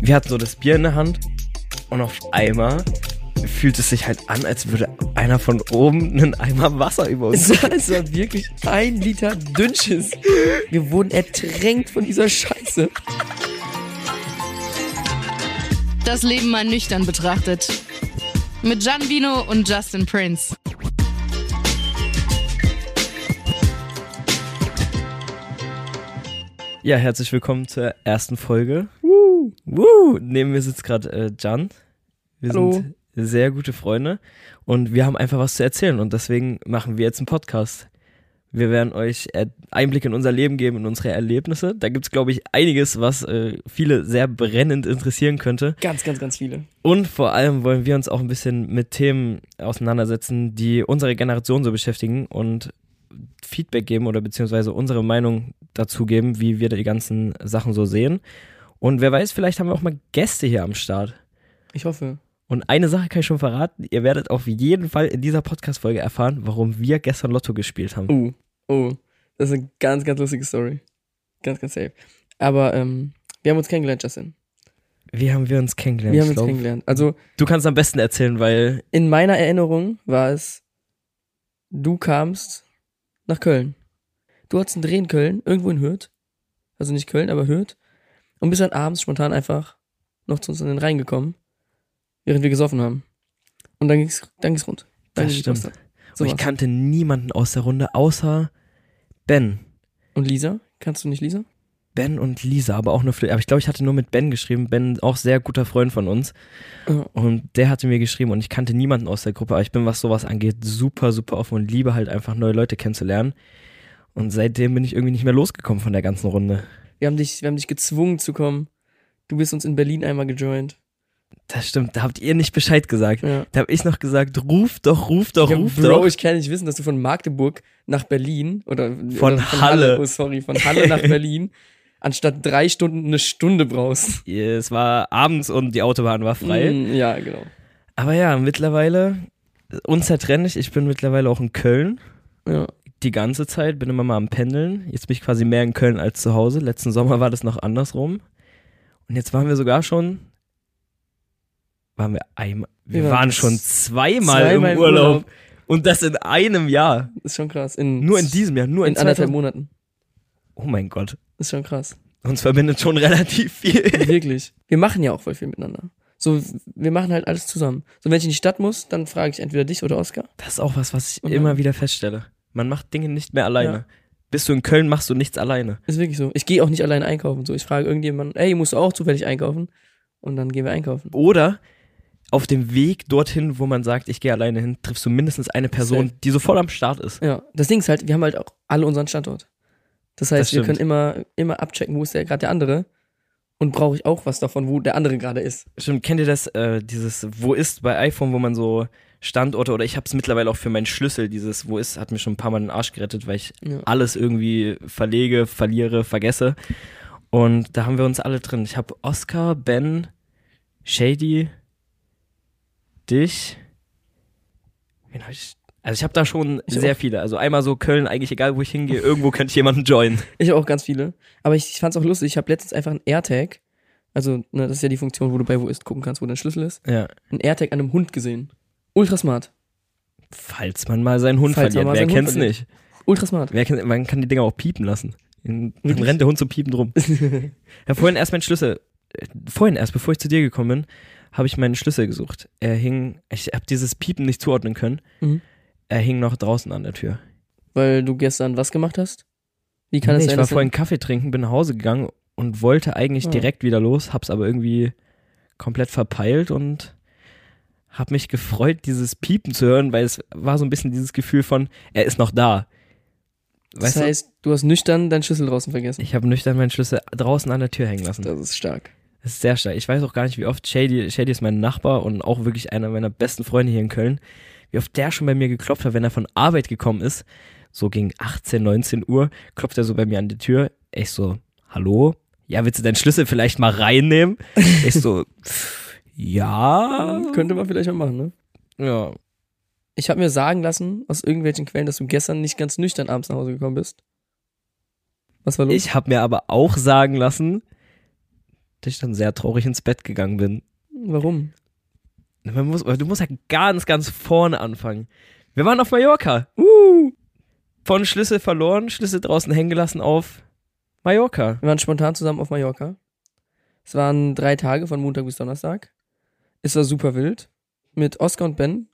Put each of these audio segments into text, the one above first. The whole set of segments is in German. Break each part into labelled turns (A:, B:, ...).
A: wir hatten so das Bier in der Hand und auf einmal fühlt es sich halt an, als würde einer von oben einen Eimer Wasser über uns.
B: Es war, es war wirklich ein Liter Dünnschiss. Wir wurden ertränkt von dieser Scheiße.
C: Das Leben mal nüchtern betrachtet. Mit Gianvino und Justin Prince.
A: Ja, herzlich willkommen zur ersten Folge. Woo! Neben mir sitzt gerade äh, Jan. Wir
B: Hallo.
A: sind sehr gute Freunde und wir haben einfach was zu erzählen und deswegen machen wir jetzt einen Podcast. Wir werden euch äh, Einblick in unser Leben geben, in unsere Erlebnisse. Da gibt's glaube ich, einiges, was äh, viele sehr brennend interessieren könnte.
B: Ganz, ganz, ganz viele.
A: Und vor allem wollen wir uns auch ein bisschen mit Themen auseinandersetzen, die unsere Generation so beschäftigen und Feedback geben oder beziehungsweise unsere Meinung dazu geben, wie wir die ganzen Sachen so sehen. Und wer weiß, vielleicht haben wir auch mal Gäste hier am Start.
B: Ich hoffe.
A: Und eine Sache kann ich schon verraten, ihr werdet auf jeden Fall in dieser Podcast-Folge erfahren, warum wir gestern Lotto gespielt haben.
B: Oh, oh. Das ist eine ganz, ganz lustige Story. Ganz, ganz safe. Aber ähm, wir haben uns kennengelernt, Justin.
A: Wie haben wir uns kennengelernt?
B: Wir haben
A: Ich
B: uns
A: glaub,
B: kennengelernt. Also
A: Du kannst am besten erzählen, weil
B: in meiner Erinnerung war es, du kamst nach Köln. Du hattest einen Dreh in Köln, irgendwo in Hürth. Also nicht Köln, aber Hürth. Und bist dann abends spontan einfach noch zu uns in den Rhein gekommen, während wir gesoffen haben. Und dann ging's, dann ging's rund.
A: Das
B: Dann ging die
A: stimmt.
B: Post ab. So
A: und ich
B: war's.
A: kannte niemanden aus der Runde außer Ben.
B: Und Lisa? Kannst du nicht Lisa?
A: Ben und Lisa, aber auch nur für, aber ich glaube, ich hatte nur mit Ben geschrieben. Ben, auch sehr guter Freund von uns.
B: Ja.
A: Und der hatte mir geschrieben und ich kannte niemanden aus der Gruppe, aber ich bin, was sowas angeht, super, super offen und liebe halt einfach neue Leute kennenzulernen. Und seitdem bin ich irgendwie nicht mehr losgekommen von der ganzen Runde.
B: Wir haben dich, wir haben dich gezwungen zu kommen. Du bist uns in Berlin einmal gejoint.
A: Das stimmt, da habt ihr nicht Bescheid gesagt.
B: Ja.
A: Da hab ich noch gesagt, ruf doch, ruf doch,
B: Ja,
A: ruf
B: Bro,
A: doch.
B: ich kann nicht wissen, dass du von Magdeburg nach Berlin oder oder
A: Halle.
B: oh, sorry, von Halle nach Berlin anstatt drei Stunden eine Stunde brauchst.
A: es war abends und die Autobahn war frei.
B: Mm, ja, genau.
A: Aber ja, mittlerweile äh, unzertrennlich. Ich bin mittlerweile auch in Köln.
B: Ja.
A: die ganze Zeit, bin immer mal am Pendeln. Jetzt bin ich quasi mehr in Köln als zu Hause. Letzten Sommer war das noch andersrum. Und jetzt waren wir sogar schon. Waren wir einmal. Wir,
B: Wir waren
A: waren schon zweimal,
B: Zweimal
A: im Urlaub. Und das in einem Jahr.
B: Ist schon krass. In,
A: Nur in diesem Jahr, nur in,
B: in anderthalb
A: 2000.
B: Monaten.
A: Oh mein Gott.
B: Ist schon krass.
A: Uns verbindet schon relativ viel.
B: Wirklich. Wir machen ja auch voll viel miteinander. So, wir machen halt alles zusammen. So, wenn ich in die Stadt muss, dann frage ich entweder dich oder Oskar.
A: Das ist auch was, was ich
B: Und
A: immer
B: dann-
A: wieder feststelle. Man macht Dinge nicht mehr alleine.
B: Ja.
A: Bist du in Köln, machst du nichts alleine.
B: Ist wirklich so. Ich gehe auch nicht allein einkaufen. So, ich frage irgendjemanden, ey, musst du auch zufällig einkaufen? Und dann gehen wir einkaufen.
A: Oder auf dem Weg dorthin, wo man sagt, ich gehe alleine hin, triffst du mindestens eine Person, die sofort am Start ist.
B: Ja, das Ding ist halt, wir haben halt auch alle unseren Standort. Das heißt,
A: Das
B: wir
A: stimmt.
B: können immer, immer abchecken, wo ist der gerade der andere und brauche ich auch was davon, wo der andere gerade ist.
A: Stimmt, kennt ihr das, äh, dieses Wo ist bei iPhone, wo man so Standorte oder ich habe es mittlerweile auch für meinen Schlüssel, dieses Wo ist, hat mir schon ein paar Mal den Arsch gerettet, weil ich
B: Ja.
A: alles irgendwie verlege, verliere, vergesse. Und da haben wir uns alle drin. Ich habe Oscar, Ben, Shady, dich. Wen hab ich? Also ich habe da schon
B: Ich
A: sehr
B: auch.
A: viele. Also einmal so Köln, eigentlich egal wo ich hingehe, irgendwo könnte ich jemanden joinen.
B: Ich hab auch ganz viele. Aber ich, ich fand's auch lustig, ich habe letztens einfach einen AirTag, also ne, das ist ja die Funktion, wo du bei wo ist gucken kannst, wo dein Schlüssel ist,
A: Ja.
B: einen AirTag an einem Hund gesehen. Ultra smart.
A: Falls man mal seinen Hund
B: Falls man
A: verliert.
B: mal
A: Wer
B: seinen Hund
A: kennt's
B: verliert.
A: nicht?
B: Ultra smart.
A: Wer kann, man kann die Dinger auch piepen lassen. Dann
B: Wirklich?
A: rennt der Hund so piepend rum. ja, vorhin erst meinen Schlüssel. äh, Vorhin erst, bevor ich zu dir gekommen bin, habe ich meinen Schlüssel gesucht. Er hing, ich habe dieses Piepen nicht zuordnen können.
B: Mhm.
A: Er hing noch draußen an der Tür.
B: Weil du gestern was gemacht hast? Wie kann es
A: nee,
B: sein,
A: ich war
B: dass
A: vorhin Kaffee trinken, bin nach Hause gegangen und wollte eigentlich
B: Ah.
A: direkt wieder los, hab's aber irgendwie komplett verpeilt und hab mich gefreut, dieses Piepen zu hören, weil es war so ein bisschen dieses Gefühl von, er ist noch da.
B: das
A: Weißt du,
B: heißt, du hast nüchtern deinen Schlüssel draußen vergessen?
A: ich habe nüchtern meinen Schlüssel draußen an der Tür hängen lassen.
B: Das ist stark.
A: Das ist sehr stark. Ich weiß auch gar nicht, wie oft Shady, Shady ist mein Nachbar und auch wirklich einer meiner besten Freunde hier in Köln, wie oft der schon bei mir geklopft hat, wenn er von Arbeit gekommen ist. So gegen 18, 19 Uhr klopft er so bei mir an die Tür. Ich so, hallo? Ja, willst du deinen Schlüssel vielleicht mal reinnehmen? Ich so, pff, ja.
B: Hm, Könnte man vielleicht mal machen, ne?
A: Ja.
B: Ich habe mir sagen lassen, aus irgendwelchen Quellen, dass du gestern nicht ganz nüchtern abends nach Hause gekommen bist. Was war los?
A: Ich habe mir aber auch sagen lassen, dass ich dann sehr traurig ins Bett gegangen bin.
B: Warum?
A: Man muss, du musst ja ganz, ganz vorne anfangen. Wir waren auf Mallorca.
B: Uh,
A: Von Schlüssel verloren, Schlüssel draußen hängen gelassen auf Mallorca.
B: wir waren spontan zusammen auf Mallorca. Es waren drei Tage von Montag bis Donnerstag. Es war super wild. Mit Oscar und Ben.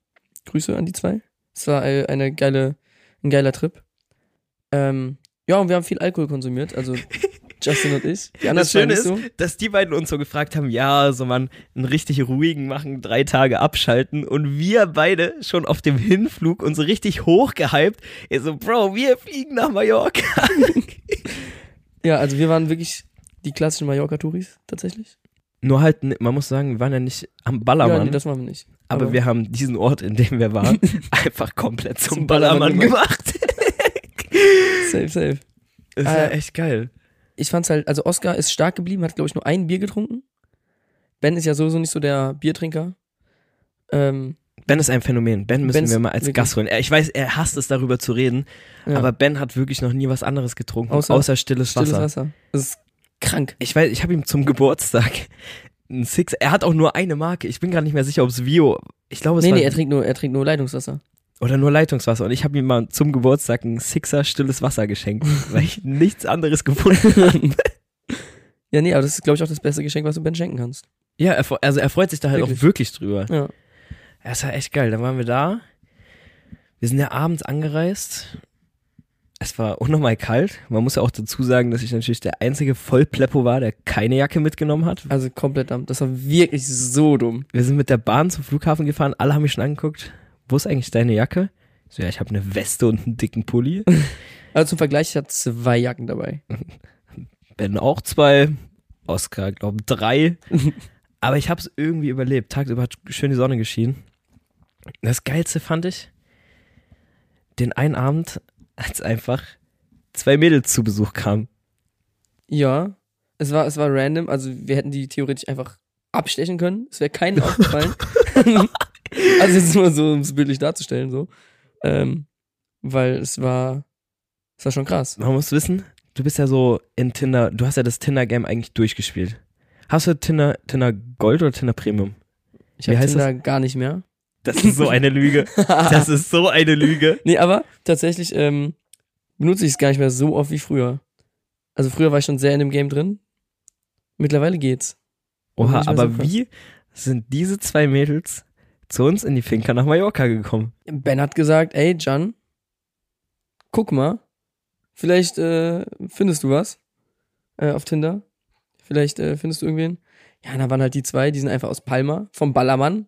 B: Grüße an die zwei. Es war äh, eine geile, ein geiler Trip. Ähm, ja, und wir haben viel Alkohol konsumiert, also Justin und ich. Die anderen
A: Das Schöne
B: zwei
A: ist,
B: nicht
A: dass die beiden uns so gefragt haben, ja, so man einen richtig ruhigen machen, drei Tage abschalten und wir beide schon auf dem Hinflug uns so richtig hochgehypt. Ihr So, Bro, wir fliegen nach Mallorca.
B: so. Ja, also wir waren wirklich die klassischen Mallorca-Touris, tatsächlich.
A: Nur halt, man muss sagen, wir waren ja nicht am Ballermann,
B: ja, nee, das machen wir nicht.
A: aber, wir haben diesen Ort, in dem wir waren, einfach komplett zum,
B: Zum
A: Ballermann,
B: Ballermann
A: gemacht.
B: Safe, safe.
A: Das
B: Ah, ja.
A: war echt geil.
B: ich fand's halt, also Oscar ist stark geblieben, hat, glaube ich, nur ein Bier getrunken. Ben ist ja sowieso nicht so der Biertrinker. Ähm,
A: Ben ist ein Phänomen. Ben müssen
B: Ben ist
A: wir mal als
B: wirklich-
A: Gast holen. Er- Ich weiß, er hasst es, darüber zu reden,
B: ja,
A: aber Ben hat wirklich noch nie was anderes getrunken, außer,
B: Außer-
A: stilles,
B: stilles
A: Wasser.
B: Wasser. Das ist krank.
A: Ich weiß, ich habe ihm zum Geburtstag einen Six. Er hat auch nur eine Marke. Ich bin gar nicht mehr sicher, ob es Vio. Ich glaube, es
B: Nee,
A: war
B: nee, er trinkt nur, er trinkt nur Leitungswasser.
A: oder nur Leitungswasser. Und ich habe ihm mal zum Geburtstag einen Sixer stilles Wasser geschenkt, weil ich nichts anderes gefunden habe.
B: Ja, nee, aber das ist, glaube ich, auch das beste Geschenk, was du Ben schenken kannst.
A: Ja, er, fre- also er freut sich da halt auch
B: Wirklich?
A: wirklich drüber.
B: Ja.
A: Das war echt geil. Dann waren wir da. Wir sind ja abends angereist. Es war unnormal kalt. Man muss ja auch dazu sagen, dass ich natürlich der einzige Vollpleppo war, der keine Jacke mitgenommen hat.
B: Also komplett am. Das war wirklich so dumm.
A: Wir sind mit der Bahn zum Flughafen gefahren. Alle haben mich schon angeguckt. Wo ist eigentlich deine Jacke? Ich So, ja, ich habe eine Weste und einen dicken Pulli.
B: Also zum Vergleich, ich hatte zwei Jacken dabei.
A: Ben auch zwei. Oscar, glaube drei. Aber ich habe es irgendwie überlebt. Tagsüber hat schön die Sonne geschienen. Das Geilste fand ich, den einen Abend, als einfach zwei Mädels zu Besuch kamen.
B: Ja. Es war, es war random, also wir hätten die theoretisch einfach abstechen können. Es wäre keinem aufgefallen. also jetzt mal so, um es bildlich darzustellen, so. Ähm, weil es war, es war schon krass.
A: Man muss wissen, du bist ja so in Tinder, du hast ja das Tinder-Game eigentlich durchgespielt. Hast du Tinder, Tinder Gold oder Tinder Premium?
B: Ich
A: Wie
B: habe
A: heißt
B: Tinder gar nicht mehr.
A: Das ist so eine Lüge.
B: Ah.
A: Das ist so eine Lüge.
B: Nee, aber tatsächlich ähm, benutze ich es gar nicht mehr so oft wie früher. Also früher war ich schon sehr in dem Game drin. Mittlerweile geht's. Bin
A: Oha,
B: ich mal so
A: aber
B: krass.
A: wie sind diese zwei Mädels zu uns in die Finca nach Mallorca gekommen?
B: Ben hat gesagt, ey, Jan, guck mal, vielleicht äh, findest du was äh, auf Tinder. Vielleicht äh, findest du irgendwen. Ja, da waren halt die zwei, die sind einfach aus Palma, vom Ballermann,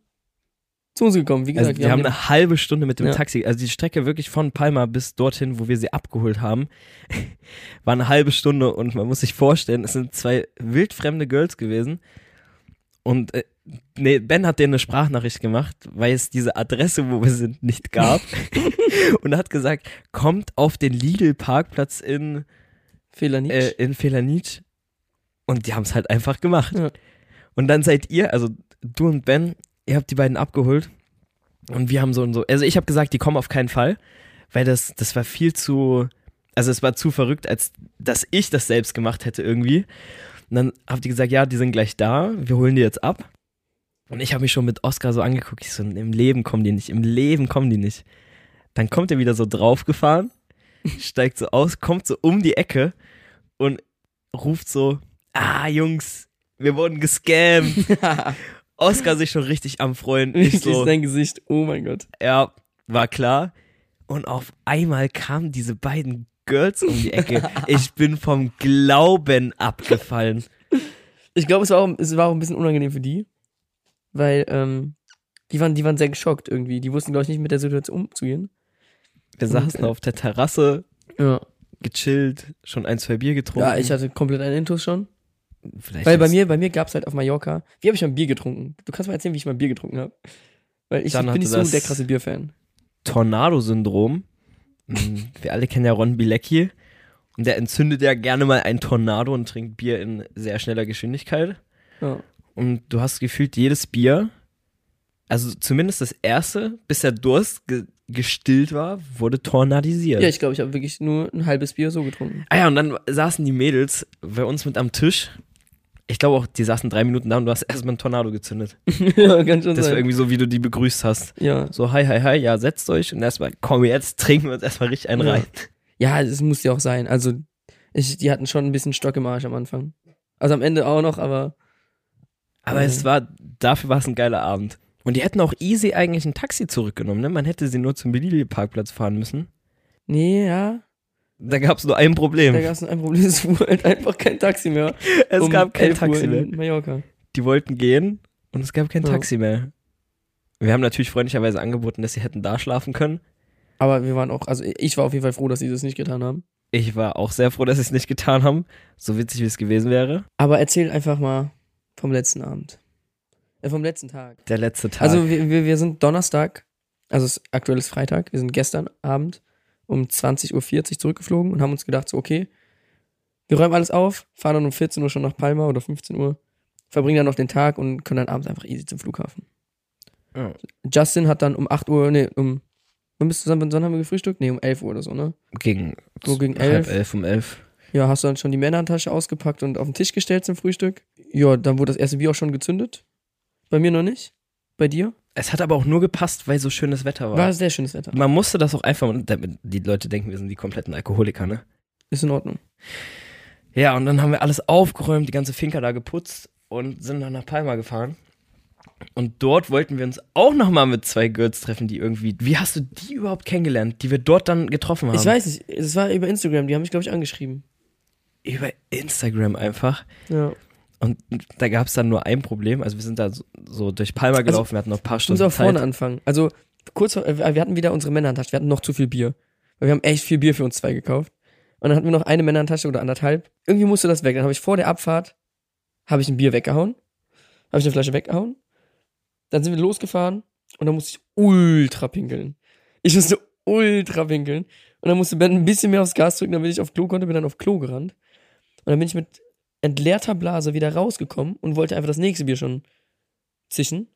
B: zu uns gekommen. Wie gesagt,
A: Also wir haben eine halbe Stunde mit dem
B: Ja.
A: Taxi, also die Strecke wirklich von Palma bis dorthin, wo wir sie abgeholt haben, war eine halbe Stunde und man muss sich vorstellen, es sind zwei wildfremde Girls gewesen und äh, nee, Ben hat denen eine Sprachnachricht gemacht, weil es diese Adresse, wo wir sind, nicht gab und hat gesagt, kommt auf den Lidl-Parkplatz in
B: Fehler nicht.
A: äh, in Felanit und die haben es halt einfach gemacht.
B: Ja.
A: Und dann seid ihr, also du und Ben, ihr habt die beiden abgeholt und wir haben so und so. Also ich habe gesagt, die kommen auf keinen Fall, weil das, das war viel zu, also es war zu verrückt, als dass ich das selbst gemacht hätte irgendwie. Und dann habt ihr gesagt, ja, die sind gleich da, wir holen die jetzt ab. Und ich habe mich schon mit Oscar so angeguckt, ich so, im Leben kommen die nicht, im Leben kommen die nicht. Dann kommt er wieder so draufgefahren, steigt so aus, kommt so um die Ecke und ruft so: Ah, Jungs, wir wurden gescammt. Oscar sich schon richtig am Freuen. Ich
B: Wirklich
A: so,
B: sein Gesicht, oh mein Gott.
A: ja, war klar. Und auf einmal kamen diese beiden Girls um die Ecke. Ich bin vom Glauben abgefallen.
B: Ich glaube, es, war auch- es war auch ein bisschen unangenehm für die, weil ähm, die, waren, die waren sehr geschockt irgendwie. Die wussten, glaube ich, nicht mit der Situation umzugehen.
A: Wir saßen auf der Terrasse,
B: Ja.
A: gechillt, schon ein, zwei Bier getrunken.
B: Ja, ich hatte komplett einen Intus schon.
A: Vielleicht
B: Weil bei
A: ist-
B: mir, bei mir gab es halt auf Mallorca, wie habe ich mein Bier getrunken? Du kannst mal erzählen, wie ich mein Bier getrunken habe. Weil ich
A: Dann
B: bin nicht
A: hatte
B: so der
A: das-
B: krasse Bierfan.
A: Tornado-Syndrom. Mm, Wir alle kennen ja Ron Bilecki. Und der entzündet ja gerne mal einen Tornado und trinkt Bier in sehr schneller Geschwindigkeit.
B: Ja.
A: und du hast gefühlt jedes Bier, also zumindest das erste, bis der Durst ge gestillt war, wurde tornadisiert.
B: ja, ich glaube, ich habe wirklich nur ein halbes Bier so getrunken.
A: ah ja, und dann saßen die Mädels bei uns mit am Tisch. Ich glaube auch, die saßen drei Minuten da und du hast erstmal einen Tornado gezündet.
B: ja, kann schon
A: Das war
B: sein.
A: irgendwie so, wie du die begrüßt hast.
B: Ja.
A: So, hi, hi, hi, ja, setzt euch und erstmal, komm, jetzt trinken wir uns erstmal richtig einen
B: Ja.
A: rein.
B: ja, es muss ja auch sein. Also, ich, die hatten schon ein bisschen Stock im Arsch am Anfang. Also am Ende auch noch, aber
A: Aber
B: Mhm.
A: es war, dafür war es ein geiler Abend. Und die hätten auch easy eigentlich ein Taxi zurückgenommen, ne? Man hätte sie nur zum Belili-Parkplatz fahren müssen.
B: nee, ja.
A: Da gab es nur ein Problem.
B: Da gab es nur ein Problem, es fuhr halt einfach kein Taxi mehr.
A: es
B: Um
A: gab kein
B: 11 Uhr
A: Taxi mehr.
B: in Mallorca.
A: Die wollten gehen und es gab kein
B: Ja.
A: Taxi mehr. Wir haben natürlich freundlicherweise angeboten, dass sie hätten da schlafen können.
B: Aber wir waren auch, also ich war auf jeden Fall froh, dass sie das nicht getan haben.
A: Ich war auch sehr froh, dass sie es nicht getan haben. So witzig, wie es gewesen wäre.
B: Aber erzähl einfach mal vom letzten Abend. Äh, vom letzten Tag.
A: Der letzte Tag.
B: Also wir, wir, wir sind Donnerstag, also es, aktuell ist Freitag, wir sind gestern Abend um 20.40 Uhr zurückgeflogen und haben uns gedacht, so okay, wir räumen alles auf, fahren dann um 14 Uhr schon nach Palma oder 15 Uhr, verbringen dann noch den Tag und können dann abends einfach easy zum Flughafen.
A: Ja.
B: Justin hat dann um 8 Uhr, nee, um, wann bist du zusammen, wann haben wir gefrühstückt? Nee, um 11 Uhr oder so, ne?
A: gegen,
B: so gegen
A: halb
B: elf.
A: elf um elf.
B: Ja, hast du dann schon die Männertasche ausgepackt und auf den Tisch gestellt zum Frühstück? Ja, dann wurde das erste Bier auch schon gezündet. Bei mir noch nicht. Bei dir?
A: Es hat aber auch nur gepasst, weil so schönes Wetter war.
B: War sehr schönes Wetter.
A: Man musste das auch einfach, damit die Leute denken, wir sind die kompletten Alkoholiker, ne?
B: Ist in Ordnung.
A: Ja, und dann haben wir alles aufgeräumt, die ganze Finca da geputzt und sind dann nach Palma gefahren. Und dort wollten wir uns auch nochmal mit zwei Girls treffen, die irgendwie. Wie hast du die überhaupt kennengelernt, die wir dort dann getroffen haben?
B: Ich weiß nicht, es war über Instagram, die haben mich, glaube ich, angeschrieben.
A: Über Instagram einfach.
B: Ja.
A: Und da gab es dann nur ein Problem. Also wir sind da so, so durch Palma gelaufen, wir hatten noch ein paar
B: Uns
A: Stunden
B: auch Also vorne
A: Zeit.
B: anfangen. Also, kurz, vor- äh, wir hatten wieder unsere Männertasche, wir hatten noch zu viel Bier. Weil wir haben echt viel Bier für uns zwei gekauft. Und dann hatten wir noch eine Männertasche oder anderthalb. Irgendwie musste das weg. Dann habe ich vor der Abfahrt, habe ich ein Bier weggehauen. Habe ich eine Flasche weggehauen. Dann sind wir losgefahren und dann musste ich ultra pinkeln. Ich musste ultra pinkeln. Und dann musste Ben ein bisschen mehr aufs Gas drücken, damit ich auf Klo konnte, bin dann auf Klo gerannt. Und dann bin ich mit entleerter Blase wieder rausgekommen und wollte einfach das nächste Bier schon zischen.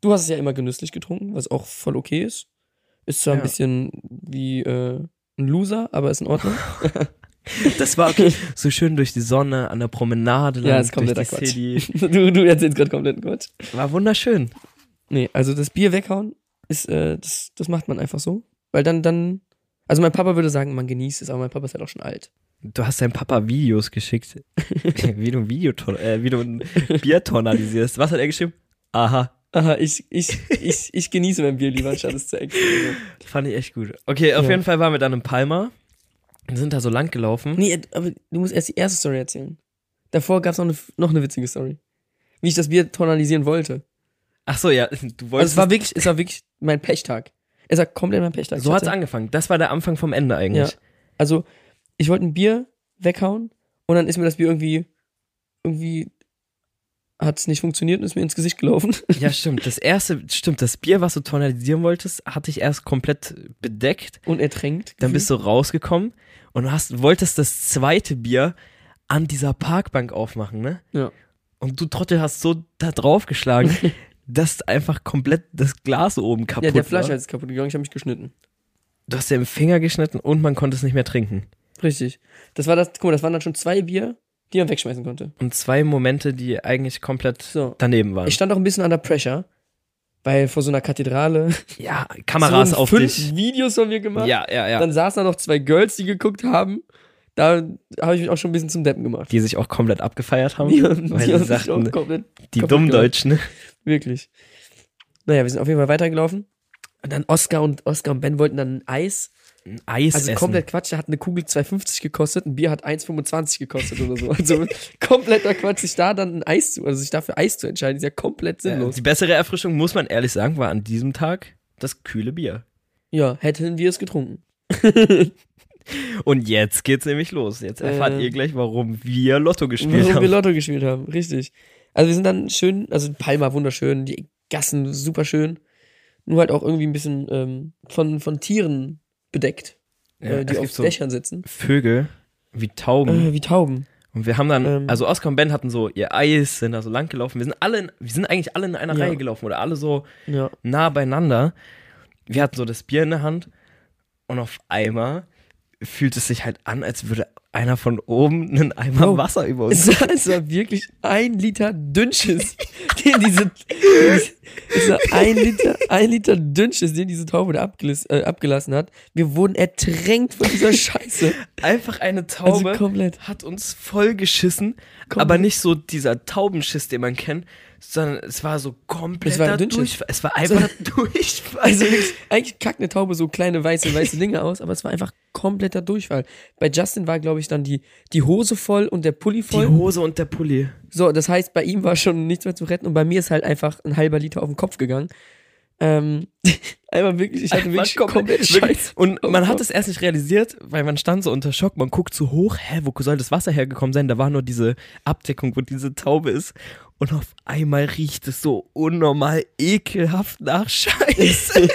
B: Du hast es ja immer genüsslich getrunken, was auch voll okay ist. Ist zwar
A: Ja.
B: ein bisschen wie äh, ein Loser, aber ist in Ordnung.
A: Das war okay. so schön durch die Sonne, an der Promenade,
B: ja, ist
A: durch
B: kompletter
A: die
B: Quatsch.
A: City.
B: Du, du erzählst gerade kompletten Quatsch.
A: War wunderschön.
B: Nee, also das Bier weghauen, ist, äh, das, das macht man einfach so. Weil dann, dann, also mein Papa würde sagen, man genießt es, aber mein Papa ist halt auch schon alt.
A: Du hast deinem Papa Videos geschickt, wie du ein, Video äh, wie du ein Bier tonalisierst. Was hat er geschrieben? Aha.
B: Aha, ich, ich, ich, ich genieße mein Bier lieber, anstatt es zu experimentieren.
A: Fand ich echt gut. Okay, auf
B: Ja.
A: jeden Fall waren wir dann in Palma und sind da so lang gelaufen.
B: Nee, aber du musst erst die erste Story erzählen. Davor gab es noch eine, noch eine witzige Story. Wie ich das Bier tonalisieren wollte.
A: Ach so, ja, du
B: Also es
A: wolltest.
B: war wirklich, es war wirklich mein Pechtag. Es war komplett mein Pechtag.
A: so hat's
B: Tatsächlich.
A: angefangen. Das war der Anfang vom Ende eigentlich.
B: Also, ich wollte ein Bier weghauen und dann ist mir das Bier irgendwie, irgendwie hat es nicht funktioniert und ist mir ins Gesicht gelaufen.
A: Ja. stimmt. Das erste, stimmt, das Bier, was du tonalisieren wolltest, hatte ich erst komplett bedeckt.
B: Und ertränkt.
A: Dann bist du rausgekommen und hast, wolltest das zweite Bier an dieser Parkbank aufmachen, ne?
B: Ja.
A: Und du Trottel hast so da draufgeschlagen, dass einfach komplett das Glas oben kaputt
B: Ja, der
A: war.
B: Flaschhals ist kaputt gegangen, ich habe mich geschnitten.
A: Du hast dir im Finger geschnitten und man konnte es nicht mehr trinken.
B: Richtig. Das war das, guck mal, das waren dann schon zwei Bier, die man wegschmeißen konnte.
A: Und zwei Momente, die eigentlich komplett
B: So.
A: daneben waren.
B: Ich stand auch ein bisschen under pressure, weil vor so einer Kathedrale
A: ja, Kameras
B: so
A: auf
B: fünf
A: dich.
B: Videos von mir gemacht.
A: Ja, ja, ja.
B: Dann saßen da noch zwei Girls, die geguckt haben. Da habe ich mich auch schon ein bisschen zum Deppen gemacht.
A: die sich auch komplett abgefeiert haben.
B: Die,
A: weil sie
B: haben sich
A: sagten,
B: auch komplett
A: die
B: kaputt
A: dummen
B: gemacht.
A: Deutschen. ne?
B: Wirklich. Naja, wir sind auf jeden Fall weitergelaufen. Und dann Oscar und Oscar und Ben wollten dann ein Eis.
A: Ein Eis
B: Also
A: essen.
B: komplett Quatsch, da hat eine Kugel 2,50 gekostet, ein Bier hat 1,25 gekostet oder so. Also kompletter Quatsch, sich da dann ein Eis zu, also sich dafür Eis zu entscheiden, ist ja komplett
A: Ja,
B: sinnlos.
A: Äh, Die bessere Erfrischung, muss man ehrlich sagen, war an diesem Tag das kühle Bier.
B: Ja, hätten wir es getrunken.
A: Und jetzt geht's nämlich los. Jetzt erfahrt
B: Äh.
A: ihr gleich, warum wir Lotto gespielt
B: Warum
A: haben.
B: wir Lotto gespielt haben, richtig. Also wir sind dann schön, also Palma wunderschön, die Gassen super schön, nur halt auch irgendwie ein bisschen ähm, von, von Tieren bedeckt,
A: Ja,
B: äh,
A: es
B: die auf
A: gibt so
B: Dächern sitzen.
A: Vögel wie Tauben.
B: Äh, wie Tauben.
A: Und wir haben dann,
B: Ähm.
A: also Oscar und Ben hatten so ihr Eis, sind da so lang gelaufen. Wir sind alle, in, wir sind eigentlich alle in einer
B: Ja.
A: Reihe gelaufen oder alle so
B: Ja.
A: nah beieinander. Wir hatten so das Bier in der Hand und auf einmal fühlt es sich halt an, als würde einer von oben einen Eimer
B: Bro,
A: Wasser über uns.
B: Es war, es war wirklich ein Liter Dünnschiss, den diese, diese es war ein Liter, ein Liter Dünnschiss, den diese Taube da abgelis- äh, abgelassen hat. Wir wurden ertränkt von dieser Scheiße.
A: Einfach eine
B: Also
A: Taube
B: komplett.
A: hat uns voll geschissen,
B: Komplett.
A: aber nicht so dieser Taubenschiss, den man kennt, sondern es war so kompletter
B: Es war ein Dünnschiss.
A: Durchfall. Es war einfach Durchfall.
B: Also wirklich, eigentlich kackt eine Taube so kleine weiße, weiße Dinge aus, aber es war einfach kompletter Durchfall. Bei Justin war, glaube ich, dann die, die Hose voll und der
A: die
B: Pulli voll.
A: Hose und der Pulli.
B: So, das heißt, bei ihm war schon nichts mehr zu retten und bei mir ist halt einfach ein halber Liter auf den Kopf gegangen. Ähm, einmal wirklich, ich hatte
A: Einfach
B: wirklich komplett,
A: wirklich-
B: Scheiße.
A: Und man
B: Oh,
A: hat
B: oh.
A: es erst nicht realisiert, weil man stand so unter Schock. Man guckt so hoch, hä, wo soll das Wasser hergekommen sein? Da war nur diese Abdeckung, wo diese Taube ist. Und auf einmal riecht es so unnormal ekelhaft nach Scheiße.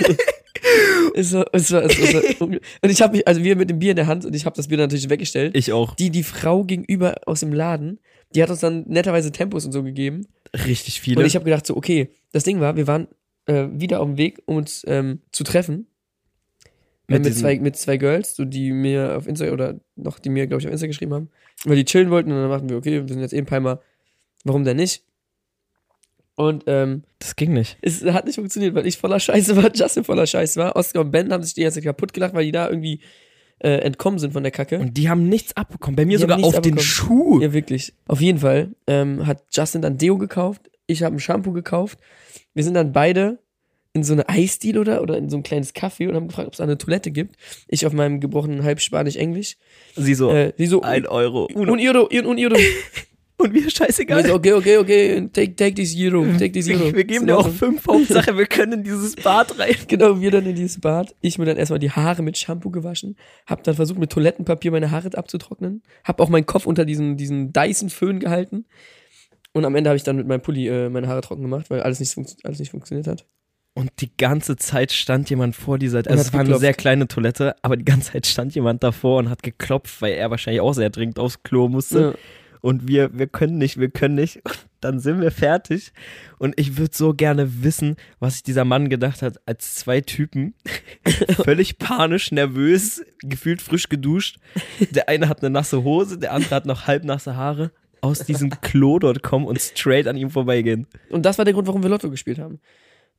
B: Es war, es war, es war, es war unge- und ich habe mich, also wir mit dem Bier in der Hand und ich habe das Bier natürlich weggestellt.
A: ich auch.
B: Die, die Frau gegenüber aus dem Laden, die hat uns dann netterweise Tempos und so gegeben.
A: Richtig
B: Und
A: viele.
B: ich habe gedacht so, okay, das Ding war, wir waren äh, wieder auf dem Weg, um uns ähm, zu treffen. Äh, mit,
A: diesen-
B: zwei, mit zwei Girls, so, die mir auf Insta oder noch die mir, glaube ich, auf Insta geschrieben haben, weil die chillen wollten und dann dachten wir, okay, wir sind jetzt eh in Palma, warum denn nicht? Und ähm,
A: das ging nicht.
B: es hat nicht funktioniert, weil ich voller Scheiße war, Justin voller Scheiße war. Oscar und Ben haben sich die ganze Zeit kaputt gelacht, weil die da irgendwie äh, entkommen sind von der Kacke.
A: Und die haben nichts abbekommen. Bei mir
B: Die
A: sogar
B: haben nichts
A: auf den
B: abbekommen.
A: Schuh.
B: ja, wirklich. Auf jeden Fall ähm, hat Justin dann Deo gekauft, ich habe ein Shampoo gekauft. Wir sind dann beide in so eine Eisdiele oder, oder in so ein kleines Café und haben gefragt, ob es da eine Toilette gibt. Ich auf meinem gebrochenen Halbspanisch-Englisch.
A: Sie so,
B: Äh, die so,
A: ein Euro.
B: un euro, un, un euro.
A: Und wir
B: Und ich
A: scheißegal.
B: so, okay, okay, okay, take, take this euro, take this euro.
A: Wir, wir geben
B: Ist in
A: dir auch
B: Ordnung.
A: fünf. Hauptsache, wir können in dieses Bad rein.
B: Genau, wir dann in dieses Bad. Ich mir dann erstmal die Haare mit Shampoo gewaschen. Hab dann versucht, mit Toilettenpapier meine Haare abzutrocknen. Hab auch meinen Kopf unter diesen, diesen Dyson-Föhn gehalten. Und am Ende habe ich dann mit meinem Pulli äh, meine Haare trocken gemacht, weil alles nicht, funkt- alles nicht funktioniert hat.
A: Und die ganze Zeit stand jemand vor dieser, also
B: hat
A: es war eine
B: geklopft.
A: sehr kleine Toilette, aber die ganze Zeit stand jemand davor und hat geklopft, weil er wahrscheinlich auch sehr dringend aufs Klo musste.
B: Ja.
A: Und wir, wir können nicht, wir können nicht. Und dann sind wir fertig. Und ich würde so gerne wissen, was sich dieser Mann gedacht hat, als zwei Typen, völlig panisch, nervös, gefühlt frisch geduscht. Der eine hat eine nasse Hose, der andere hat noch halbnasse Haare. Aus diesem Klo dort kommen und straight an ihm vorbeigehen.
B: Und das war der Grund, warum wir Lotto gespielt haben.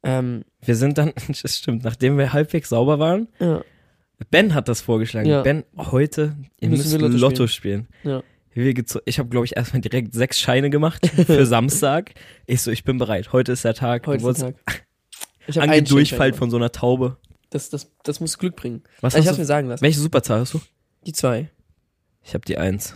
B: Ähm,
A: Wir sind dann, das stimmt, nachdem wir halbwegs sauber waren,
B: ja.
A: Ben hat das vorgeschlagen.
B: Ja.
A: Ben, heute, ihr
B: Müssen
A: müsst
B: wir
A: Lotto,
B: Lotto
A: spielen.
B: Ja.
A: Wir gezo- ich habe, glaube ich, erstmal direkt sechs Scheine gemacht für Samstag. Ich so, ich bin bereit. Heute ist der Tag.
B: Heute
A: Du
B: ist
A: wurdest
B: der Tag. Ich hab einen
A: angedurchfallt
B: Schein
A: von so einer Taube.
B: gemacht. Das, das, das muss Glück bringen.
A: Was
B: Also ich
A: hast
B: hab's
A: du?
B: mir sagen lassen.
A: Welche Superzahl hast du?
B: Die zwei.
A: Ich habe die Eins.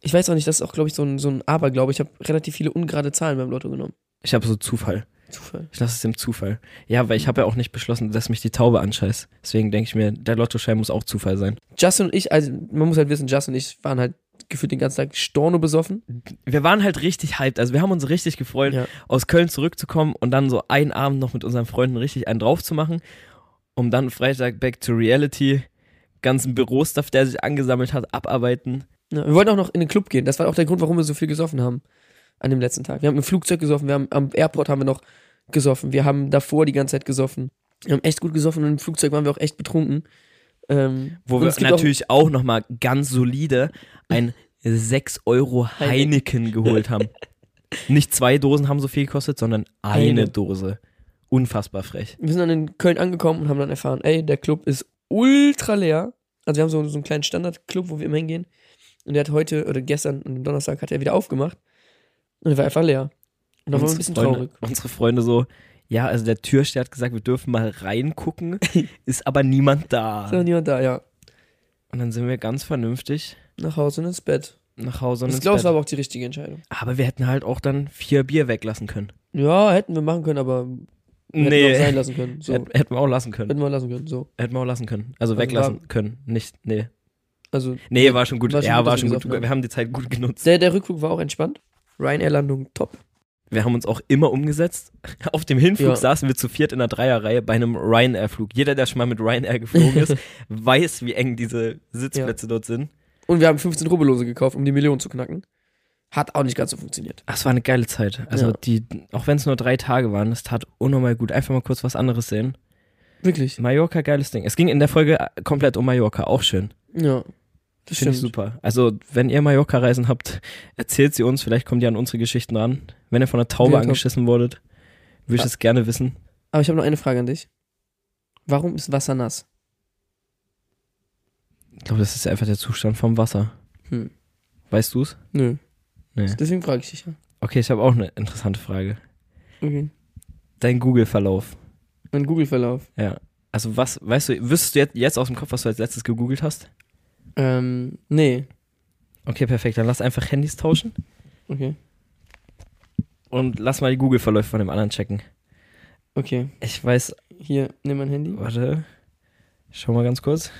B: Ich weiß auch nicht, das ist auch, glaube ich, so ein, so ein Aberglaube. Ich habe relativ viele ungerade Zahlen beim Lotto genommen.
A: Ich habe so Zufall.
B: Zufall.
A: Ich lasse es dem Zufall. Ja, weil ich habe ja auch nicht beschlossen, dass mich die Taube anscheißt. Deswegen denke ich mir, der Lottoschein muss auch Zufall sein.
B: Justin und ich, also man muss halt wissen, Justin und ich waren halt gefühlt den ganzen Tag Storno besoffen.
A: Wir waren halt richtig hyped. Also wir haben uns richtig gefreut,
B: Ja.
A: aus Köln zurückzukommen und dann so einen Abend noch mit unseren Freunden richtig einen drauf zu machen, um dann Freitag back to reality, ganzen Bürostuff, der sich angesammelt hat, abarbeiten.
B: Ja, wir wollten auch noch in den Club gehen. Das war auch der Grund, warum wir so viel gesoffen haben an dem letzten Tag. Wir haben im Flugzeug gesoffen, wir haben am Airport haben wir noch gesoffen, wir haben davor die ganze Zeit gesoffen. Wir haben echt gut gesoffen und im Flugzeug waren wir auch echt betrunken. Ähm,
A: Wo
B: und
A: wir
B: es gibt
A: natürlich auch, noch nochmal ganz solide ein 6 Euro
B: Heineken.
A: Heineken geholt haben. Nicht zwei Dosen haben so viel gekostet, sondern eine,
B: Eine.
A: Dose. Unfassbar frech.
B: Auch, wir sind dann in Köln angekommen und haben dann erfahren, ey, der Club ist ultra leer. Also wir haben so, so einen kleinen Standardclub, wo wir immer hingehen. Und der hat heute oder gestern, am Donnerstag, hat er wieder aufgemacht. Und er war einfach leer. Und da waren wir ein
A: Unsere
B: bisschen
A: Freunde,
B: traurig.
A: Unsere Freunde so, ja, also der Türsteher hat gesagt, wir dürfen mal reingucken, ist aber niemand da.
B: So, niemand da, ja.
A: Und dann sind wir ganz vernünftig
B: Nach Hause und ins Bett.
A: nach Hause und
B: Das
A: ins
B: glaube ich
A: Bett.
B: war aber auch die richtige Entscheidung.
A: Aber wir hätten halt auch dann vier Bier weglassen können.
B: Ja, hätten wir machen können, aber hätten wir auch sein lassen können. So.
A: hätten, hätten wir auch lassen können.
B: Hätten wir lassen können, so.
A: Hätten wir auch lassen können. Also,
B: Also
A: weglassen können. Nicht, nee.
B: Also,
A: Nee, war schon gut.
B: War schon
A: ja,
B: gut,
A: war
B: dass
A: schon
B: wir
A: gut.
B: gesoffen haben.
A: Wir haben die Zeit gut genutzt.
B: der, der Rückflug war auch entspannt. Ryanair-Landung top.
A: Wir haben uns auch immer umgesetzt. Auf dem Hinflug
B: Ja.
A: saßen wir zu viert in der Dreierreihe bei einem Ryanair-Flug. Jeder, der schon mal mit Ryanair geflogen ist, weiß, wie eng diese Sitzplätze dort sind.
B: Und wir haben 15 Rubbellose gekauft, um die Million zu knacken. Hat auch nicht ganz so funktioniert.
A: Ach, es war eine geile Zeit. Also
B: Ja.
A: die, auch wenn es nur drei Tage waren, das tat unnormal gut. Einfach mal kurz was anderes sehen.
B: Wirklich.
A: Mallorca, geiles Ding. Es ging in der Folge äh, komplett um Mallorca, auch schön.
B: Ja. Das
A: Finde
B: stimmt.
A: ich super. Also, wenn ihr Mallorca-Reisen habt, erzählt sie uns, vielleicht kommt ihr an unsere Geschichten ran. Wenn ihr von einer Taube
B: Ja, Ah. top.
A: angeschissen wurdet, würde ich
B: Ja.
A: es gerne wissen.
B: Aber ich habe noch eine Frage an dich. Warum ist Wasser nass?
A: Ich glaube, das ist einfach der Zustand vom Wasser.
B: Hm.
A: Weißt du es?
B: Nö.
A: Nee.
B: Deswegen frage ich dich ja.
A: Okay, ich habe auch eine interessante Frage.
B: Okay.
A: Dein Google-Verlauf.
B: Mein Google-Verlauf.
A: Ja. Also was, weißt du, wüsstest du jetzt, jetzt aus dem Kopf, was du als letztes gegoogelt hast?
B: Ähm, nee.
A: Okay, perfekt. Dann lass einfach Handys tauschen
B: Okay.
A: und lass mal die Google-Verläufe von dem anderen checken.
B: Okay.
A: Ich weiß,
B: Hier, nimm mein Handy.
A: warte, schau mal ganz kurz.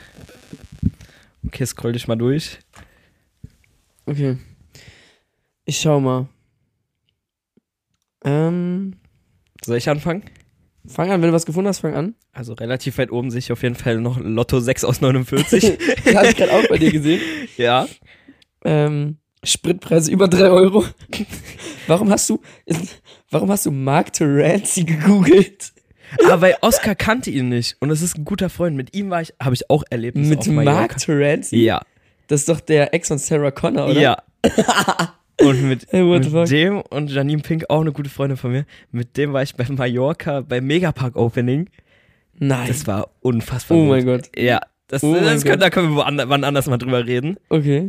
A: Okay, scroll dich mal durch.
B: Okay. Ich schau mal. Ähm,
A: Soll ich anfangen?
B: fang an, wenn du was gefunden hast, fang an.
A: Also relativ weit oben sehe ich auf jeden Fall noch Lotto 6 aus 49.
B: Das habe ich gerade auch bei dir gesehen.
A: ja.
B: Ähm, Spritpreise über 3 Euro. Warum hast du, warum hast du Mark Terenzi gegoogelt?
A: Aber weil Oscar kannte ihn nicht und es ist ein guter Freund. Mit ihm war ich, habe ich auch Erlebnisse auf
B: Mit Mark
A: Mallorca.
B: Terenzi?
A: Ja.
B: Das ist doch der Ex von Sarah Connor, oder?
A: Ja. Und mit,
B: Hey, what the fuck?
A: mit dem und Janine Pink, auch eine gute Freundin von mir, mit dem war ich bei Mallorca beim Megapark Opening.
B: Nein.
A: Das war unfassbar.
B: oh
A: gut.
B: mein Gott.
A: Ja, das,
B: Oh mein
A: das können,
B: Gott.
A: da können wir woanders, wann anders mal drüber reden.
B: Okay.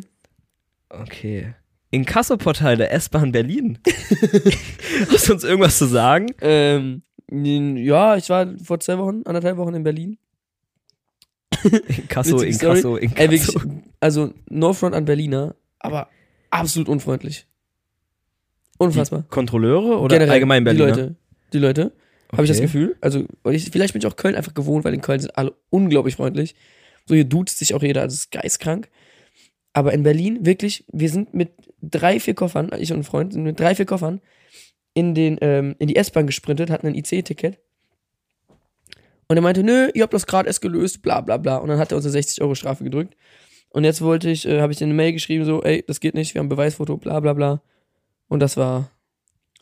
A: Okay. Inkassoportal der S-Bahn Berlin. Hast du uns irgendwas zu sagen?
B: Ähm, n- ja, ich war vor zwei Wochen, anderthalb Wochen in Berlin.
A: Inkasso,
B: Witzige
A: Inkasso,
B: Ey,
A: Inkasso.
B: wirklich, also no front an Berliner, aber absolut unfreundlich. Unfassbar.
A: Die Kontrolleure oder allgemein Berliner?
B: Die Leute. Die Leute. Habe ich das
A: Okay.
B: Gefühl. Also, weil ich, vielleicht bin ich auch Köln einfach gewohnt, weil in Köln sind alle unglaublich freundlich. So hier duzt sich auch jeder, also ist geistkrank. Aber in Berlin, wirklich, wir sind mit drei, vier Koffern, ich und ein Freund, sind mit drei, vier Koffern in, den, ähm, in die S-Bahn gesprintet, hatten ein IC-Ticket. Und er meinte, nö, ihr habt das gerade erst gelöst, bla bla bla. Und dann hat er unsere 60 Euro Strafe gedrückt. Und jetzt wollte ich, äh, habe ich dir eine Mail geschrieben, so, ey, das geht nicht, wir haben ein Beweisfoto, bla bla bla. Und das war,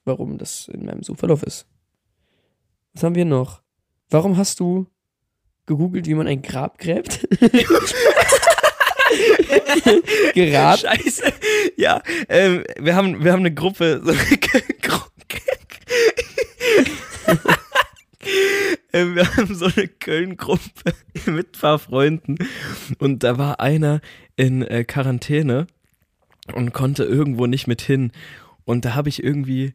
B: warum das in meinem Suchverlauf ist. Was haben wir noch? Warum hast du gegoogelt, wie man ein Grab gräbt? Gerab?
A: Scheiße. Ja, ähm, wir, haben, wir haben eine Gruppe. So eine Gru- Ähm, wir haben so eine Köln-Gruppe mit ein paar Freunden. Und da war einer in äh, Quarantäne und konnte irgendwo nicht mit hin. Und da habe ich irgendwie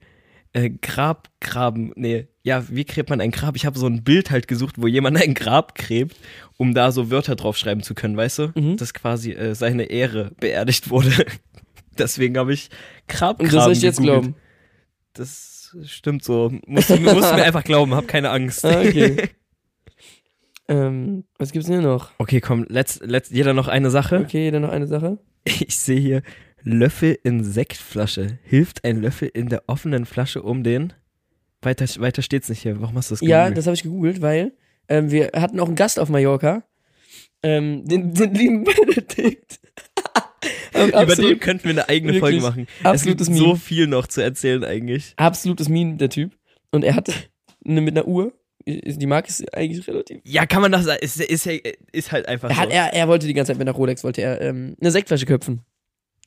A: äh, Grab graben. Nee, ja, wie gräbt man ein Grab? Ich habe so ein Bild halt gesucht, wo jemand ein Grab gräbt, um da so Wörter draufschreiben zu können, weißt du?
B: Mhm.
A: Dass quasi äh, seine Ehre beerdigt wurde. Deswegen habe ich Grabgraben
B: Und das soll ich jetzt
A: gegoogelt.
B: glauben.
A: Das stimmt so. Musst du, musst du mir einfach glauben, hab keine Angst.
B: Ah, okay. Ähm, was gibt's denn hier noch?
A: Okay, komm, letzt, letzt, jeder noch eine Sache.
B: Okay, dann noch eine Sache.
A: Ich sehe hier Löffel in Sektflasche. Hilft ein Löffel in der offenen Flasche um den? Weiter, weiter steht's nicht hier. Warum hast du das
B: Ja,
A: gegoogelt?
B: das habe ich gegoogelt, weil ähm, wir hatten auch einen Gast auf Mallorca. Ähm, den, den lieben Benedikt. Ähm,
A: Über
B: absolut-
A: den könnten wir eine eigene Folge
B: Wirklich
A: machen. Es gibt
B: absolutes
A: so
B: Meme.
A: viel noch zu erzählen eigentlich.
B: Absolutes Meme, der Typ. Und er hat eine, mit einer Uhr, die Marke ist eigentlich relativ
A: Ja, kann man das sagen? Ist, ist, ja- ist halt einfach
B: Er, hat,
A: so.
B: er, er wollte die ganze Zeit mit einer Rolex, wollte er ähm, eine Sektflasche köpfen.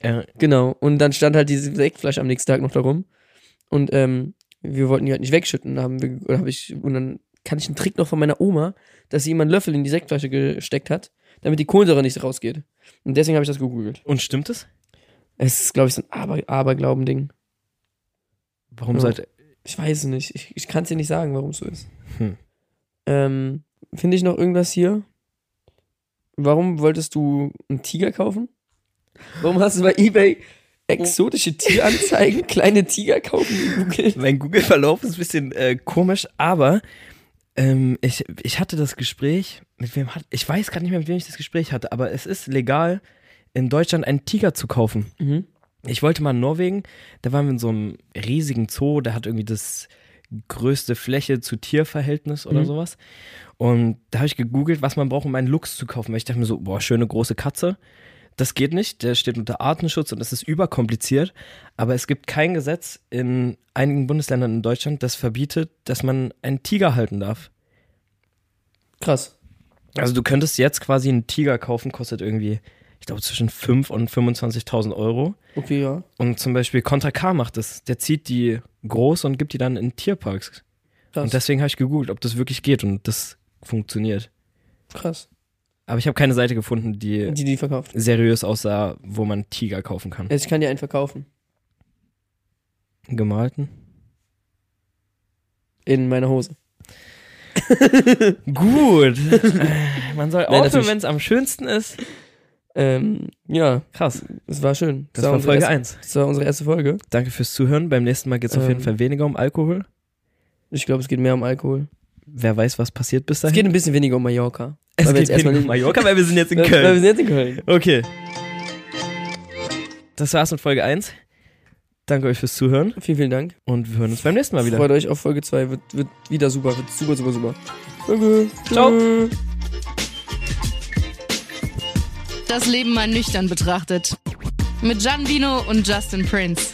A: Ja.
B: Genau. Und dann stand halt diese Sektflasche am nächsten Tag noch da rum. Und ähm, wir wollten die halt nicht wegschütten. Da haben wir, oder hab ich, und dann kann ich einen Trick noch von meiner Oma, dass sie immer einen Löffel in die Sektflasche gesteckt hat, damit die Kohlensäure nicht rausgeht. Und deswegen habe ich das gegoogelt.
A: Und stimmt es?
B: Es ist, glaube ich, so ein Aber Aberglauben-Ding.
A: Warum
B: Ja.
A: sollte...
B: Ich weiß es nicht. Ich, ich kann es dir nicht sagen, warum es so ist.
A: Hm.
B: Ähm, Finde ich noch irgendwas hier? Warum wolltest du einen Tiger kaufen? Warum hast du bei eBay exotische Tieranzeigen, kleine Tiger kaufen gegoogelt?
A: Mein Google-Verlauf ist ein bisschen äh, komisch, aber ähm, ich, ich hatte das Gespräch, mit wem hat, ich weiß gerade nicht mehr, mit wem ich das Gespräch hatte, aber es ist legal, in Deutschland einen Tiger zu kaufen.
B: Mhm.
A: Ich wollte mal in Norwegen, da waren wir in so einem riesigen Zoo, der hat irgendwie das größte Fläche zu Tierverhältnis oder
B: Mhm.
A: sowas. Und da habe ich gegoogelt, was man braucht, um einen Luchs zu kaufen, weil ich dachte mir so, boah, schöne große Katze. Das geht nicht, der steht unter Artenschutz und das ist überkompliziert. Aber es gibt kein Gesetz in einigen Bundesländern in Deutschland, das verbietet, dass man einen Tiger halten darf.
B: Krass.
A: Also du könntest jetzt quasi einen Tiger kaufen, kostet irgendwie, ich glaube, zwischen 5 und 25.000 Euro.
B: Okay, ja.
A: Und zum Beispiel Contra K macht das. Der zieht die groß und gibt die dann in Tierparks.
B: Krass.
A: Und deswegen habe ich gegoogelt, ob das wirklich geht und das funktioniert.
B: krass.
A: Aber ich habe keine Seite gefunden, die
B: Die, die verkauft.
A: seriös aussah, wo man Tiger kaufen kann.
B: Also ich kann dir einen verkaufen.
A: Gemalten.
B: In meiner Hose.
A: Gut. Äh, man soll
B: Nein, das
A: aufhören,
B: nicht.
A: wenn es am schönsten ist.
B: Ähm, ja,
A: Krass.
B: es war schön.
A: Das war
B: unsere
A: Folge 1.
B: erste, Das war unsere erste Folge.
A: Danke fürs Zuhören. Beim nächsten Mal geht es auf
B: Ähm.
A: jeden Fall weniger um Alkohol.
B: Ich glaube, es geht mehr um Alkohol.
A: Wer weiß, was passiert bis
B: Es
A: dahin.
B: geht ein bisschen weniger um Mallorca.
A: Es
B: weil wir jetzt
A: geht
B: erstmal
A: weniger um
B: nicht-
A: Mallorca, weil wir sind jetzt in
B: Weil- Weil wir
A: Köln.
B: sind jetzt in Köln.
A: Okay. Das war's mit Folge 1. Danke euch fürs Zuhören
B: Vielen, vielen Dank.
A: und wir hören uns beim nächsten Mal wieder.
B: Freut euch auf Folge 2. Wird, wird wieder super. Wird super, super, super. Danke.
A: Ciao.
B: Tschö.
C: Das Leben mal nüchtern betrachtet. Mit Gianvino und Justin Prince.